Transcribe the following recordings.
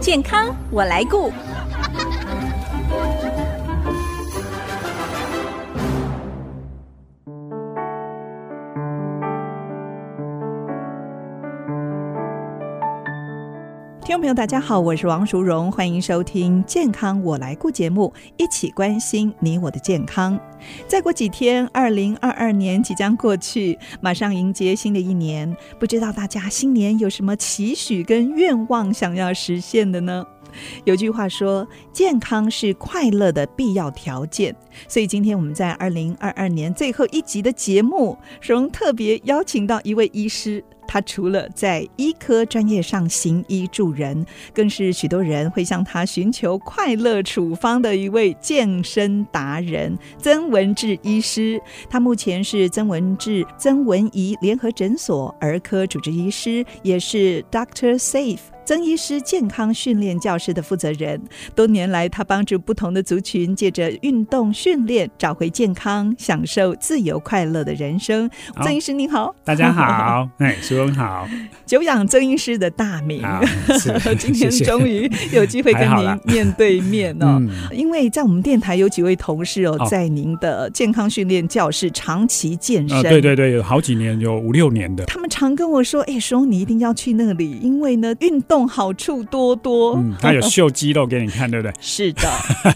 健康我来顾。听众朋友，大家好，我是王淑荣，欢迎收听《健康我来顾》节目，一起关心你我的健康。再过几天，二零二二年即将过去，马上迎接新的一年，不知道大家新年有什么期许跟愿望想要实现的呢？有句话说，健康是快乐的必要条件。所以今天我们在二零二二年最后一集的节目，荣特别邀请到一位医师。他除了在医科专业上行医助人，更是许多人会向他寻求快乐处方的一位健身达人——曾文志医师。他目前是曾文志曾文仪联合诊所儿科主治医师，也是 Doctor Safe。曾医师健康训练教室的负责人，多年来他帮助不同的族群，借着运动训练找回健康，享受自由快乐的人生。好曾医师您好，大 家，好，哎，苏荣好，久仰曾医师的大名，好， 是今天 谢谢终于有机会跟还好您啦面对面哦。嗯，因为在我们电台有几位同事哦，哦在您的健康训练教室长期健身，呃，对对对，有好几年，有五六年的，他们常跟我说：“哎、叔，你一定要去那里，因为呢，运动好处多多。嗯，他有秀肌肉给你看，对不对？是 的，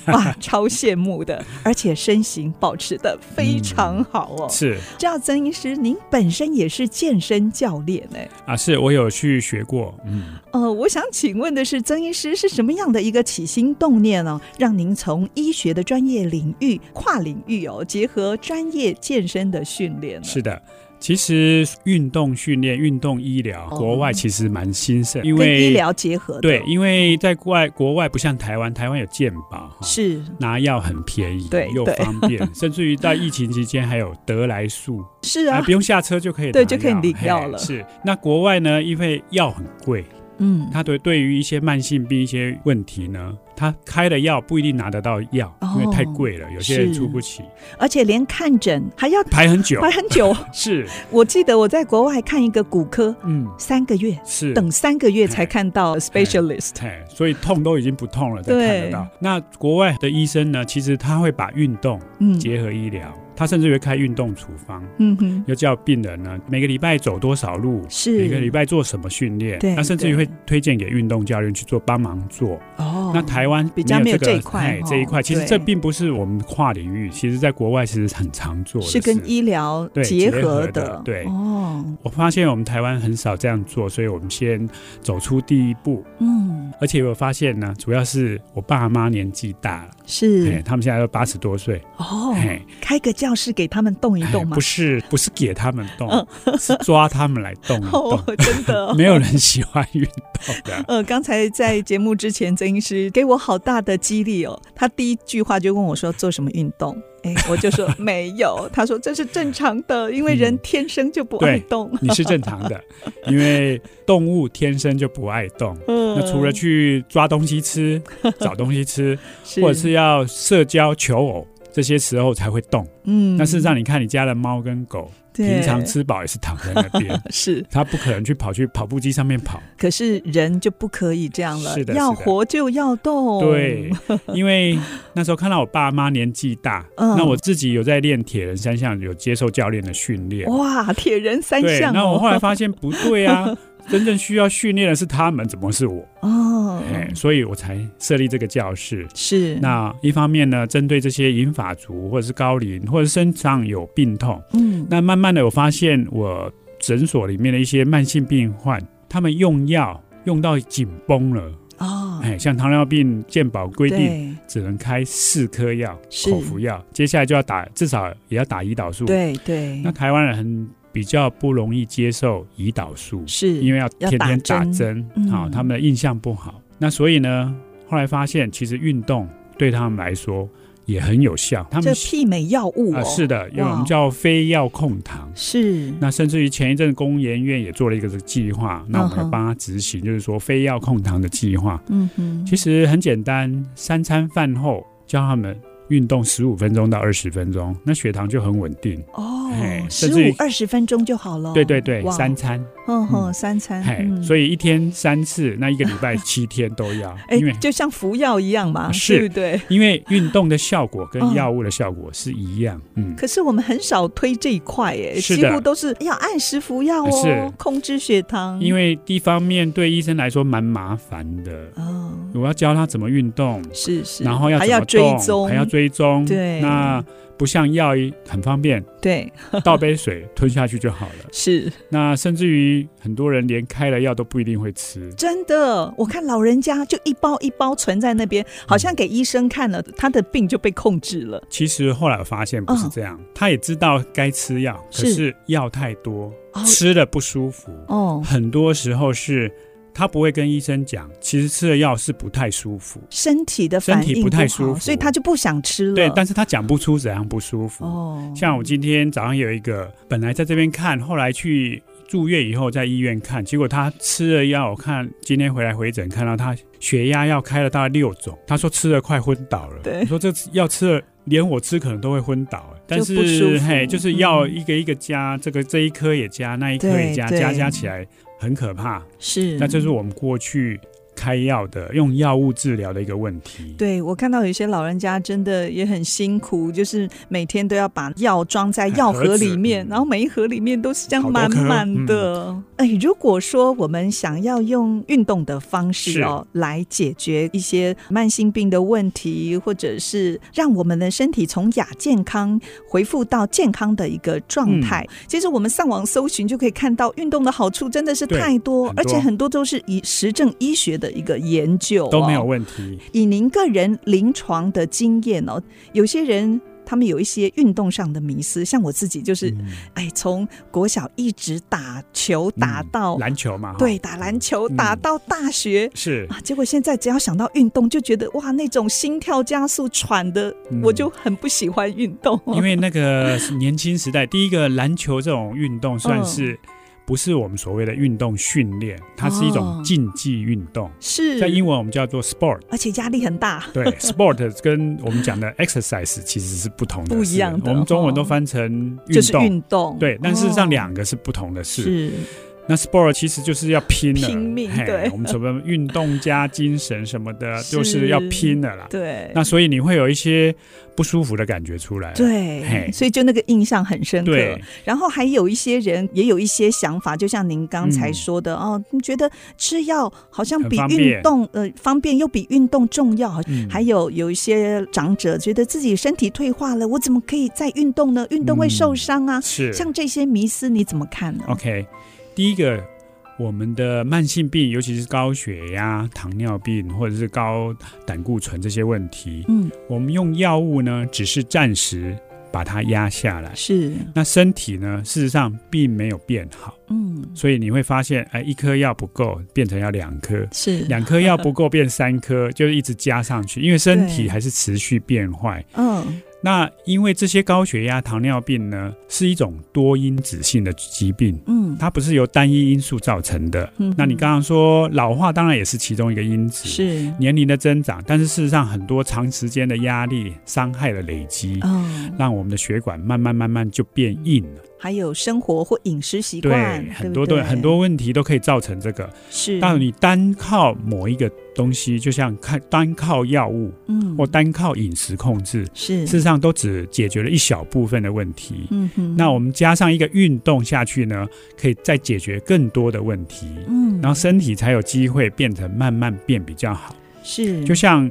哇，超羡慕的，而且身形保持的非常好哦。嗯是知道曾医师，您本身也是健身教练哎、啊，是我有去学过，嗯，呃，我想请问的是，曾医师是什么样的一个起心动念呢、让您从医学的专业领域跨领域哦，结合专业健身的训练呢？是的。其实运动训练、运动医疗，哦国外其实蛮兴盛，因跟医为疗结合的，对，因为在国外，国外不像台湾，台湾有健保，哈是拿药很便宜，对又对方 便，甚至于在疫情期间还有得来速，是啊，啊，不用下车就可以对拿就可以领嘿药了是，那国外呢，因为药很贵，嗯，他对对于一些慢性病一些问题呢，他开的药不一定拿得到药，哦因为太贵了，有些人出不起，而且连看诊还要排很久排。很久。是，我记得我在国外看一个骨科，嗯，三个月，是。等三个月才看到 specialist。哎，所以痛都已经不痛了，再对看得到。那国外的医生呢，其实他会把运动嗯结合医疗，他甚至会开运动处方，嗯哼，又叫病人呢每个礼拜走多少路，是每个礼拜做什么训练对，那甚至于对会推荐给运动教练去做，帮忙做。哦，那台湾比较没有这个这一块哎哦这一块其实对这并不是我们跨领域，其实在国外其实很常做的是事。跟医疗对结结合合的对哦，我发现我们台湾很少这样做，所以我们先走出第一步。嗯，而且我发现呢，主要是我爸妈年纪大了，哎是他们现在都八十多岁，哦，哎开个教室给他们动一动嗯哎嘛不，是不是给他们动，是抓他们来 动一哦动。，真的哦。没有人喜欢运动的呃，刚才在节目之前，曾医师给我好大的激励哦。他第一句话就问我说：“做什么运动？”哎，我就说没 有。他说这是正常的，因为人嗯天生就不对爱动。 你是正常的，因为动物天生就不爱动。嗯那除了去抓东 西吃、找东西吃，或者是要社交、求偶这些时候才会动。嗯但事实上，你看你家的猫跟狗，对，平常吃饱也是躺在那边 是，它不可能去跑去跑步机上面跑。可是人就不可以这样了，是的要是的活就要动。 对，因为那时候看到我爸妈年纪大，嗯那我自己有在练铁人三项，有接受教练的训练。哇，铁人三对，哦项、哦。那我后来发现不对啊，真正需要训练的是他们，怎么是我？哦，哎，所以我才设立这个教室。是那一方面呢，针对这些银发族或者是高龄，或者是身上有病痛，嗯那慢慢的我发现我诊所里面的一些慢性病患，他们用药用到紧绷了，哦，哎，像糖尿病健保规定对只能开四颗药，是口服药，接下来就要打至少也要打胰岛素。，对对那，台湾人很比较不容易接受胰岛素，是因为要要天天打打针针，嗯好、他们的印象不好。那所以呢，后来发现其实运动对他们来说也很有效，他这们媲美药物啊、哦，是的，因为哇我们叫非药控糖。是那甚至于前一阵工研院也做了一个这个计划，那我们嗯也哼帮他执行，就是说非药控糖的计划。嗯哼，其实很简单，三餐饭后教他们运动十五分钟到二十分钟，那血糖就很稳定。哦嘿，十甚五至于二十分钟就好了。对对对，哦哇三，餐，嗯哼，嗯三餐，嘿，嗯所以一天三次，那一个礼拜七天都要， 哎因为，就像服药一样嘛，是对不对？因为运动的效果嗯跟药物的效果是一样，嗯，可是我们很少推这一块，哎，是几的乎都是要按时服药哦是，控制血糖。因为一方面对医生来说蛮麻烦的，哦，我要教他怎么运动，是是，然后要还怎要么追动踪，还要追踪，对那不像药一很 方便，对，倒杯水吞下去就好了。是那甚至于很多人连开了药都不一定会吃，真的。我看老人家就一包一包存在那边，嗯好像给医生看了，他的病就被控制了。其实后来我发现不是这样，他也知道该吃药，嗯是可是药太多，哦吃了不舒服。哦，很多时候是他不会跟医生讲，其实吃了药是不太舒服，身体的身反体应不太好舒服所以他就不想吃了。对，但是他讲不出怎样不舒服。哦，像我今天早上有一个，本来在这边看，后来去住院以后在医院看，结果他吃了药，我看今天回来回诊看到他血压药开了大概六种，他说吃了快昏倒了。对你说这药吃了，连我吃可能都会昏倒，但就不舒是服嘿，就是药嗯一个一个加，这个这一颗也加，那一颗对也加，对加加起来很可怕。是，那这是我们过去开药的用药物治疗的一个问题。对，我看到有些老人家真的也很辛苦，就是每天都要把药装在药盒里面， 盒子嗯然后每一盒里面都是这样好多嗯满颗满的。哎、如果说我们想要用运动的方式哦来解决一些慢性病的问题，或者是让我们的身体从亚健康恢复到健康的一个状态，嗯其实我们上网搜寻就可以看到运动的好处真的是对太多，很而且多很多都是以实证医学的一个研究、哦、都没有问题，以您个人临床的经验哦，有些人他们有一些运动上的迷思，像我自己就是，嗯哎，从国小一直打球打到、嗯篮球嘛，哈对打篮球嗯打到大学。 是啊！结果现在只要想到运动，就觉得哇，那种心跳加速、喘的，嗯我就很不喜欢运动、哦因为那个是年轻时代，第一个篮球这种运动算是嗯不是我们所谓的运动训练，它是一哦种竞技运动，是在英文我们叫做 sport。而且压力很大， 对，sport 跟我们讲的 exercise 其实是不同的事，不一样的我们中文哦都翻成运就是动，运动。对，但事实上哦两个是不同的事。是那 sport 其实就是要拼了，拼命嘿对我们什么运动加精神什么 的，是就是要拼了啦。对，那所以你会有一些不舒服的感觉出来。对，嘿所以就那个印象很深刻。对，然后还有一些人也有一些想法，就像您刚才说的、哦，你觉得吃药好像比嗯很方便运动呃方便，又比运动重要。嗯还有有一些长者觉得自己身体退化了，我怎么可以再运动呢？运动会受伤啊。嗯是像这些迷思，你怎么看呢？ OK，第一个，我们的慢性病，尤其是高血压、糖尿病或者是高胆固醇这些问题，嗯，我们用药物呢，只是暂时把它压下来。是，那身体呢，事实上并没有变好，嗯，所以你会发现，哎，一颗药不够，变成要两颗。是， 两颗药不够，变三颗， 就是一直加上去，因为身体对还是持续变坏。嗯，那因为这些高血压、糖尿病呢，是一种多因子性的疾病，嗯，它不是由单一因素造成的。嗯那你刚刚说老化，当然也是其中一个因子，是，年龄的增长，但是事实上很多长时间的压力、伤害的累积，嗯，让我们的血管慢慢慢慢就变硬了。还有生活或饮食习对惯，，很不多对很多问题都可以造成这个。是，但你单靠某一个东西，就像看单靠药物嗯，或单靠饮食控制，是事实上都只解决了一小部分的问题。嗯哼，那我们加上一个运动下去呢，可以再解决更多的问题，嗯，然后身体才有机会变成慢慢变比较好。是就像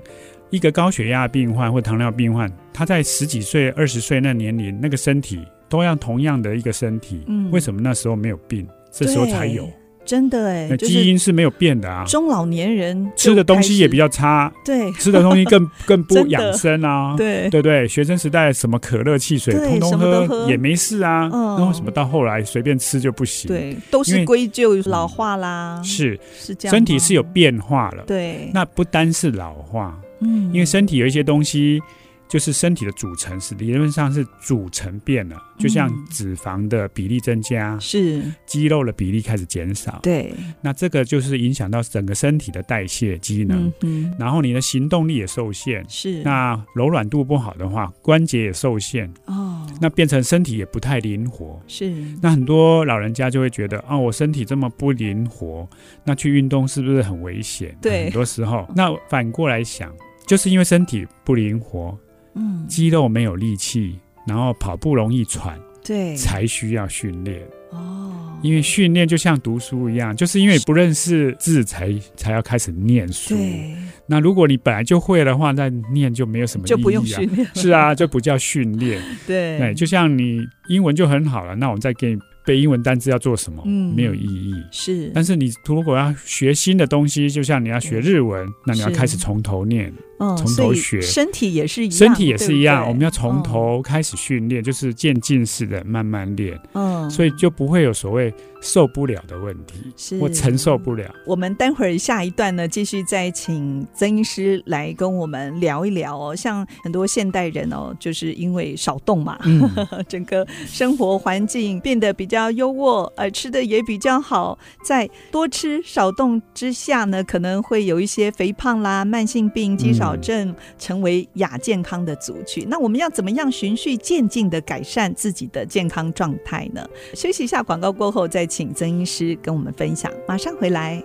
一个高血压病患或糖尿病患，他在十几岁、二十岁那年龄，那个身体都要同样的一个身体，嗯为什么那时候没有病，这时候才有对？真的哎、那就基是因是没有变的啊，中老年人吃的东西也比较较差，对吃的东 西更更不真的养生啊。对对不对，学生时代什么可乐、汽水对通什通么都喝喝也没事啊，嗯那为什么到后来随便吃就不行？，对，都因是为归咎于老化啦，是是这样吗，身体是有变化了，对，那不单是老化，嗯因为身体有一些东西，就是身体的组成是理论上是组成变了，就像嗯脂肪的比例增加，是，肌肉的比例开始减少，对，那这个就是影响到整个身体的代谢机能，嗯哼，然后你的行动力也受限。是，那柔软度不好的话，关节也受限，哦，那变成身体也不太灵活。是，那很多老人家就会觉得啊，我身体这么不灵活，那去运动是不是很危险？对很多时候，那反过来想，就是因为身体不灵活，嗯，肌肉没有力气，然后跑步容易喘，对，才需要训练。哦，因为训练就像读书一样，就是因为不认识字才才要开始念书。对，那如果你本来就会的话，那念就没有什么意义、啊，就不用训 练了，是啊，这不叫训练。哎对，对，就像你英文就很好了，那我再给你背英文单词要做什么，嗯没有意义。是，但是你如果要学新的东西，就像你要学日文，那你要是开始从头念，嗯，从所头以学身体也是一样，身体也是一样，对不对我们要从，头开始训练，就是渐进式的慢慢练，嗯，所以就不会有所谓受不了的问题是或承受 不了。我们待会儿下一段呢，继续再请曾医师来跟我们聊一聊哦。像很多现代人哦，就是因为少动嘛，嗯，整个生活环境变得比较优渥，呃，吃的也比较好，在多吃少动之下呢，可能会有一些肥胖啦、慢性病、肌少症成为亚健康的族群。那我们要怎么样循序渐进的改善自己的健康状态呢？休息一下，广告过后再请曾医师跟我们分享，马上回来。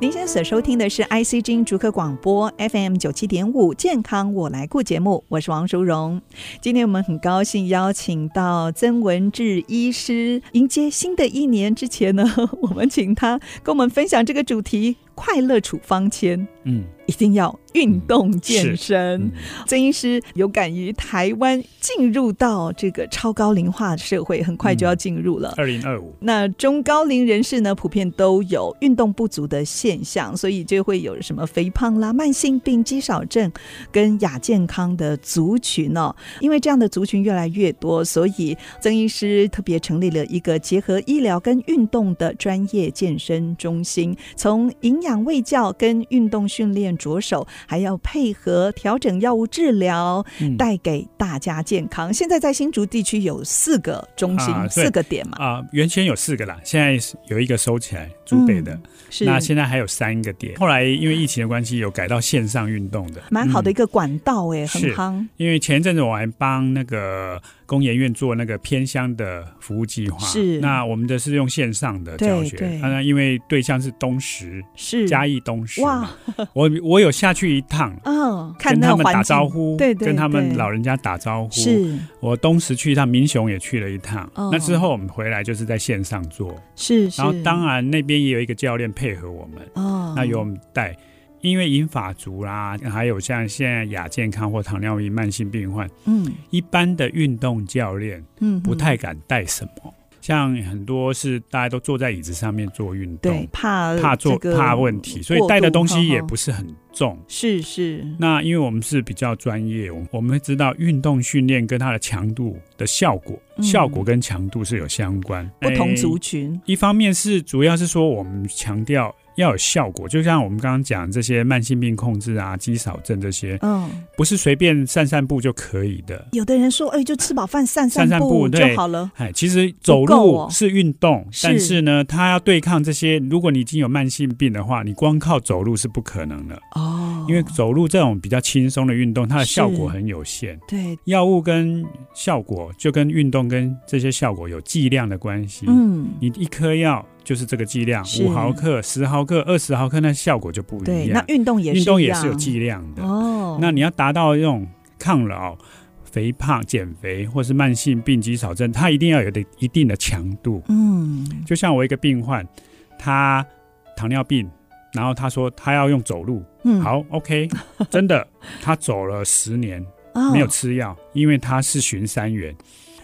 您现在所收听的是 IC 之音逐客广播 FM 九七点五健康我来顾节目，我是王淑荣。今天我们很高兴邀请到曾文志医师，迎接新的一年之前呢， 我们请他跟我们分享这个主题——快乐处方签。嗯，一定要运动健是身。嗯曾医师有感于台湾进入到这个超高龄化社会，很快就要进入了。二零 二五，那中高龄人士呢，普遍都有运动不足的现象，所以就会有什么肥胖啦、慢性病、肌少症跟亚健康的族群哦。因为这样的族群越来越多，所以曾医师特别成立了一个结合医疗跟运动的专业健身中心，从营养卫教跟运动训练着手，还要配合调整药物治疗，嗯带给大家健康。现在在新竹地区有四个中心，啊对四个点嘛，啊、原先有四个啦，现在是有一个收起来，竹北的。嗯是那现在还有三个点，后来因为疫情的关系，有改到线上运动的，蛮好的一嗯个管道哎、很是夯，因为前一阵子我还帮那个工研院做那个偏乡的服务计划，是那我们的是用线上的教学对对，啊那因为对象是东石是嘉义东石哇嘛，，我我有下去一趟。嗯，看跟那他个们环打境招呼，对对跟他们对老人家打招呼。是我东石去一趟，民雄也去了一趟。哦那之后我们回来就是在线上做，是是，然后当然那边也有一个教练配合我们。哦，那由我们带。因为银发族啦、还有像现在亚健康或糖尿病慢性病患，嗯一般的运动教练嗯不太嗯敢带什么，像很多是大家都坐在椅子上面做运对动，怕怕做、这个怕问题，所以过带的度东西也哈哈不是很重。是是那因为我们是比较专业，我我们会知道运动训练跟它的强度的效果，嗯效果跟强度是有相关。不同哎族群一方面是主要是说我们强调要有效果，就像我们刚刚讲这些慢性病控制啊、肌少症这些，嗯。不是随便散散步就可以的。有的人说，哎，就吃饱 饭散散散步步就对好了。哎，其实走不够哦路是运动，是但是呢，它要对抗这些。如果你已经有慢性病的话，你光靠走路是不可能的，哦，因为走路这种比较轻松的运动，它的效果是很有限。对，药物跟效果就跟运动跟这些效果有剂量的关系。嗯，你一颗药就是这个剂量，是五毫克、十毫克、二十毫克，那效果就不一对，那样。运动也是运动一也是有样剂量的，哦。那你要达到这种抗老、肥胖、减肥或是慢性病、肌少症，它一定要有的一定的强度。嗯，就像我一个病患，他糖尿病，然后他说他要用走路，嗯，好，OK，真的，他走了十年哦，没有吃药，因为他是巡山员，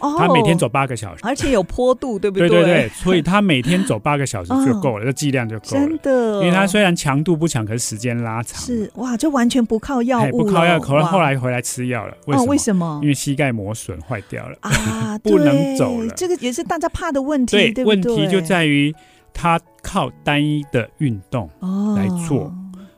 哦，他每天走 八个小时，而且有坡度，对不对对哦对对，所以他每天走八个小时就够了，这剂量就够真了。的，因为他虽然强度不强，可是时间拉长，是哇，就完全不靠药哎物不了，靠药，可能哇后来回来吃药了。为什哦，么？为什么因？为膝盖磨损坏掉了。啊， 不对能走了这个也是大家怕的问题，对不对？问题就在于他靠单一的运动，哦来做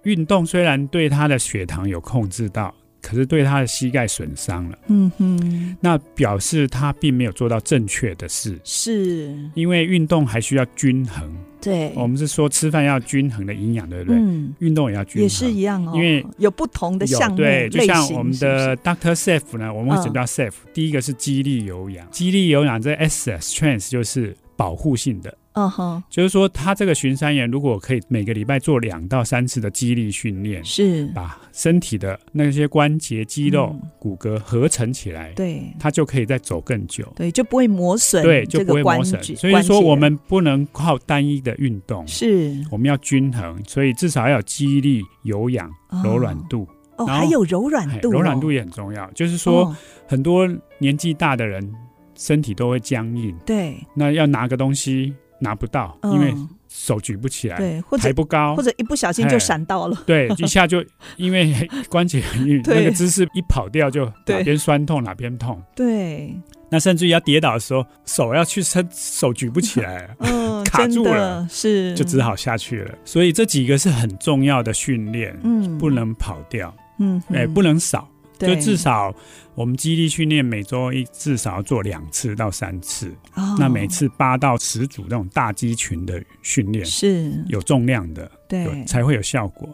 运动虽然对他的血糖有控制到，可是对他的膝盖损伤了，嗯哼，那表示他并没有做到正确的事。是因为运动还需要均衡，对，我们是说吃饭要均衡的营养，哦对不对？嗯，运动也要均衡，也是一样哦，因为有不同的有项目对，就类像型我们是不的是 Doctor Safe 呢，我们嗯会诊断 Safe、第一个是肌力有氧，肌力有氧这 SS Strength 就是保护性的，嗯哼，就是说他这个巡山员如果可以每个礼拜做两到三次的肌力训练，是把身体的那些关节、肌肉、嗯骨骼合成起来，对它就可以再走更久。对，就不会磨损对，这就个不会关磨损。节所以说，关节我们不能靠单一的运动，是我们要均衡，所以至少要有肌力、有氧、柔软度。啊哦，然还后有柔软哎度哦，柔软度也很重要。就是说，哦很多年纪大的人身体都会僵硬，对，那要拿个东西拿不到，因为嗯手举不起来，对，或抬者不高或。者一不小心就哎闪到 了， 对，一下就因为 关节很硬，对那个姿势一跑掉就哪对边酸痛哪边痛。对，，那甚至于要跌倒的时候，手要去伸，手举不起来了嗯， 卡真住的了是就只好下去了。所以这几个是很重要的训练，嗯不能跑掉，嗯哎、嗯不能少，就对至少我们肌力训练每周一至少要做两次到三次，哦那每次八到十组那种大肌群的训练，是有重量的，对有才会有效果。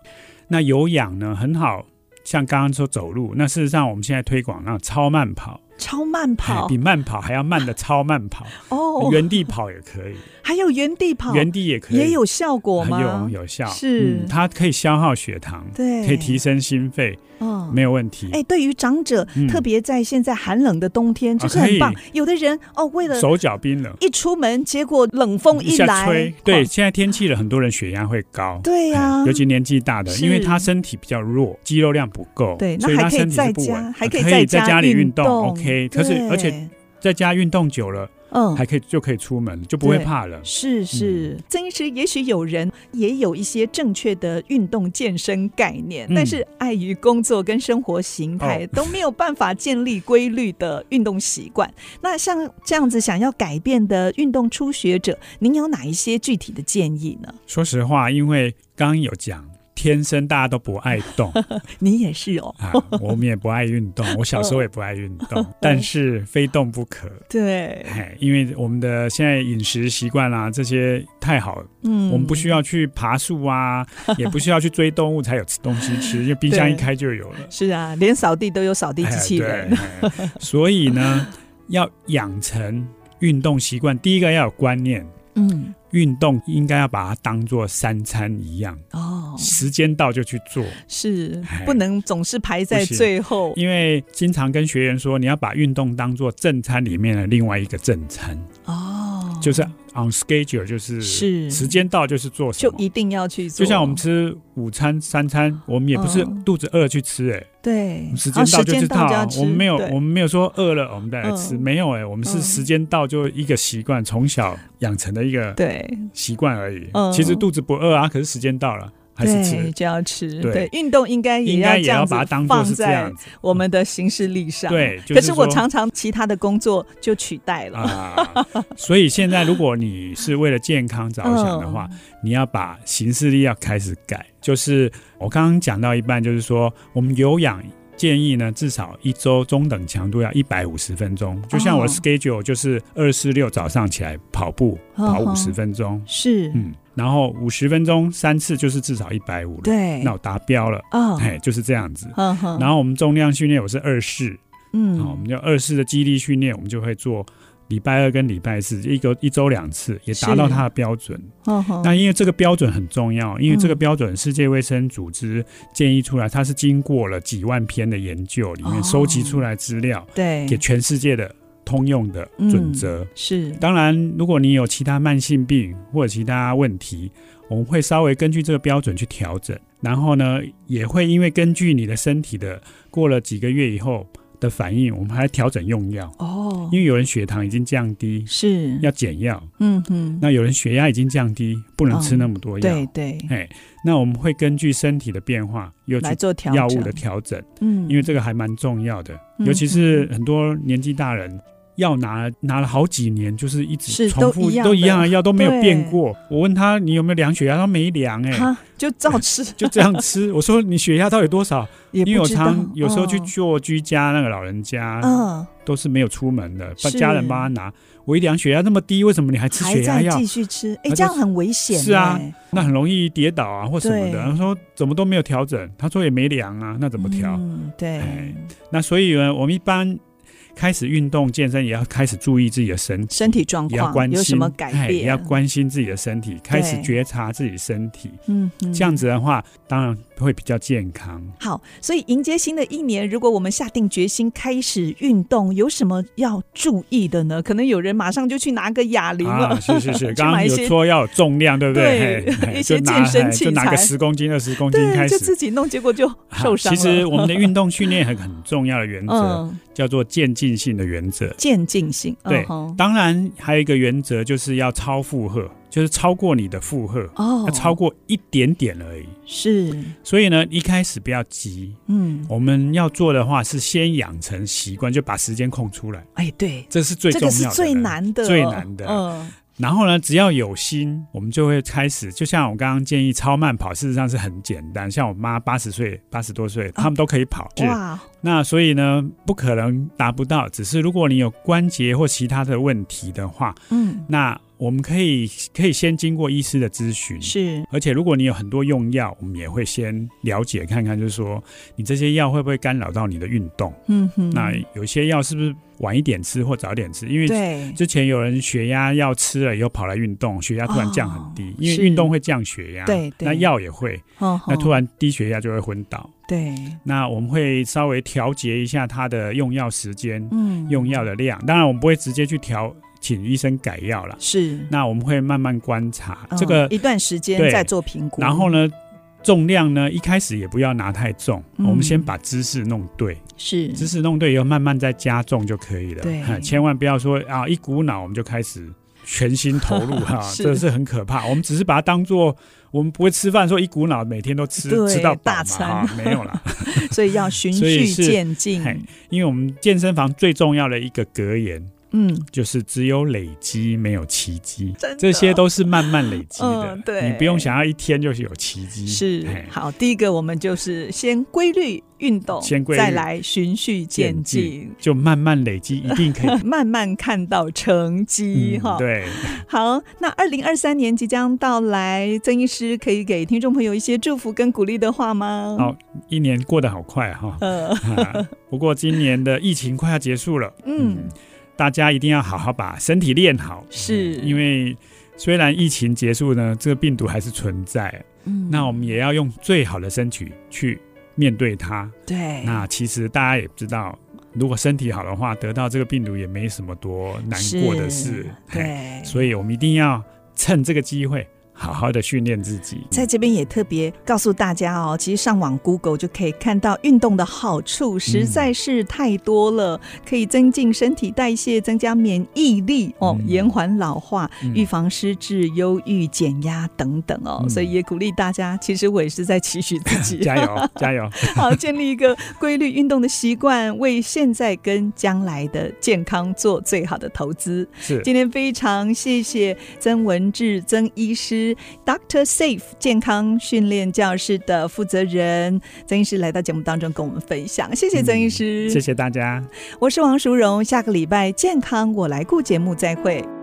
那有氧呢，很好。像刚刚说走路，那事实上我们现在推广那种超慢跑，超慢哎跑比慢跑还要慢的超慢跑， 哦，原地跑也可以，还有原地跑原地也可以，也有效果很吗有？有效，是嗯它可以消耗血糖，对，可以提升心肺，嗯没有问题。哎，对于长者，嗯特别在现在寒冷的冬天，啊就是很棒可。有的人哦，为了手脚冰冷，一出门，结果冷风一下来，吹，哇对，现在天气冷，很多人血压会高，对呀哎，尤其年纪大的，是因为他身体比较弱，肌肉量不够，对那所以还他可以身体在是不家稳，还可以以在在家家里运运动动，OK。可是而且对在家运动久了，嗯还可以就可以出门，就不会对怕冷。是嗯是，曾医师，也许有人也有一些正确的运动健身概念，嗯但是碍于工作跟生活形态、哦都没有办法建立规律的运动习惯。 那像这样子想要改变的运动初学者，您有哪一些具体的建议呢？说实话，因为刚刚有讲，天生大家都不爱 动，你也是哦，啊，我们也不爱运动，我小时嗯候也不爱运动，但是非动不可。对，哎，因为我们的现在饮食习惯啦、这些太好了，嗯，我们不需要去爬树啊，也不需要去追动物才有吃东西吃，因为冰箱对一开就有了。是啊，连扫地都有扫地机器人，哎对哎所以呢，要养成运动习惯，第一个要有观念，嗯，运动应该要把它当做三餐一样，哦，时间到就去做。是哎不能总是排在不行最后，因为经常跟学员说，你要把运动当做正餐里面的另外一个正餐，哦，就是 on schedule，就是是时间到就是做什就么。一定要去做，就像我们吃午餐、三餐，我们也不是嗯肚子饿去吃、哎、对，时哦间到就知道、就要啊，吃我们没有，对我们没有说饿了我们再来吃，嗯没有、哎，我们是嗯时间到就一个习惯，从小养成的一个对习惯而已。嗯其实肚子不饿啊，可是时间到了还是对吃，就要吃，对对运动应该应要该这也要样子把它当做放是这在样子我们的行事历上。对就是可是我说常常其他的工作就取代了。啊。所以现在如果你是为了健康着想的话，嗯你要把行事历要开始改。就是我刚刚讲到一半，就是说我们有氧建议呢，至少一周中等强度要一百五十分钟。就像我哦 schedule 就是二四六早上起来跑步，嗯跑五十分分钟，是，嗯，然后五十分钟三次就是至少一百五了。对，那我达标了，啊，哎，就是这样子。嗯哼，然后我们重量训练我是二四，嗯，好，我们就二四的肌力训练，我们就会做礼拜二跟礼拜四，一个一周两次，也达到是它的标准。嗯哼那因为这个标准很重要，因为这个嗯标准世界卫生组织建议出来，它是经过了几万篇的研究里哦面收集出来资料，对给全世界的通用的嗯准则。是当然，如果你有其他慢性病或者其他问题，我们会稍微根据这个标准去调整。然后呢，也会因为根据你的身体的过了几个月以后，的反应，我们还调整用药，哦，因为有人血糖已经降低，是，要减药；嗯哼，那有人血压已经降低，不能吃嗯那么多药。对对，哎，那我们会根据身体的变化，又去来做调整，药物的调整，嗯，因为这个还蛮重要的，嗯尤其是很多年纪大人。药拿拿了好几年，就是一直是重都复一样的都一样的啊药都没有对变过。我问他你有没有量血压，他没量哎、嗯哈，就照吃，就这样吃。我说你血压到底多少？也 因为不我知道常有时候去嗯做居家那个老人家，嗯，都是没有出门的，帮是家人帮他拿。我一量血压那么低，为什么你还吃还血压在药继？续吃，哎，那就这样很危险，哎是啊，那很容易跌倒啊或什么对的。他说怎么都没有调整，他说也没量啊，那怎么调？嗯，对哎，那所以呢，我们一般开始运动健身，也要开始注意自己的身体。身体状也要况关心有什么改哎变，也要关心自己的身体，开始觉察自己身体。嗯，嗯这样子的话，当然会比较健康。好，所以迎接新的一年，如果我们下定决心开始运动，有什么要注意的呢？可能有人马上就去拿个哑铃了，啊，是是是， 去刚买刚一有些说要有重量，对不对？对嘿 嘿一些就拿健身嘿就器拿材个十公斤、二十公斤对，开就始啊自。己弄，结果就受伤其了。实我 们的运动训练很很重要的原则嗯，叫做渐进性的原则。渐进性，对嗯哼当然，还有一个原则就是要超负荷，就是超过你的负荷，哦要，超过一点点而已。是，所以呢，一开始不要急，嗯，我们要做的话是先养成习惯，就把时间空出来，哎，对，这是最这重要个的。是最。难的哦，最难的嗯，然后呢，只要有心，我们就会开始。就像我刚刚建议超慢跑，事实上是很简单。像我妈八十岁、八十多岁，他们都可以跑。是啊哇，那所以呢，不可能达不到。只是如果你有关节或其他的问题的话，嗯，那我们可以可以先经过医师的咨询。是，而且，如果你有很多用药，我们也会先了解看看，就是说你这些药会不会干扰到你的运动？嗯哼，那有些药是不是晚一点吃或早点吃？因为对，之前有人血压药吃了以后跑来运动，血压突然降很低，哦因是为运动会降血压，对对那药也会，那那突然低血压就会昏倒。哦对，那我们会稍微调节一下它的用药时间、嗯，用药的量，当然我们不会直接去调，请医生改药了。是那我们会慢慢观察、嗯这个，一段时间对再做评估，然后呢？重量呢，一开始也不要拿太重，嗯我们先把姿势弄对，是姿势弄对以后，慢慢再加重就可以了。对嗯 千万不要说啊，一股脑我们就开始全心 投入哈、是这是很可怕。我们只是把它当做我们不会吃饭，说一股脑每天都吃对吃到饱大嘛餐啊，没有 啦。所以要循所以序是渐进。嘿因为我们健身房最重要的一个格言嗯，就是只有累积，没有奇迹真的。这些都是慢慢累积的，嗯对你不用想要一天就是有奇迹。是嘿好。第一个，我们就是先规律运动，先规律再来循序渐进，就慢慢累积，一定可以。 慢慢看到成绩嗯哈、对，好，那二零二三年即将到来，曾医师可以给听众朋友一些祝福跟鼓励的话吗？好一年过得好快哈、呃，啊不过今年的疫情快要结束了，嗯，大家一定要好好把身体练好，是嗯因为虽然疫情结束呢，这个病毒还是存在，嗯那我们也要用最好的身体去面对它。对，那其实大家也知道，如果身体好的话，得到这个病毒也没什么多难过的事是，嘿对，所以我们一定要趁这个机会好好的训练自己。在这边也特别告诉大家哦，其实上网 Google 就可以看到运动的好处，实在是太多了，可以增进身体代谢，增加免疫力哦，嗯延缓老化，嗯 预防失智、忧郁、减压等等哦，嗯所以也鼓励大家。其实我也是在期许自己，加油，加油！好，建立一个规律运动的习惯，为现在跟将来的健康做最好的投资。是，今天非常谢谢曾文志曾医师，Doctor Safe 健康训练教室的负责人曾医师来到节目当中跟我们分享，谢嗯谢曾医师，谢谢大家。我是王淑荣，下个礼拜健康我来顾节目再会。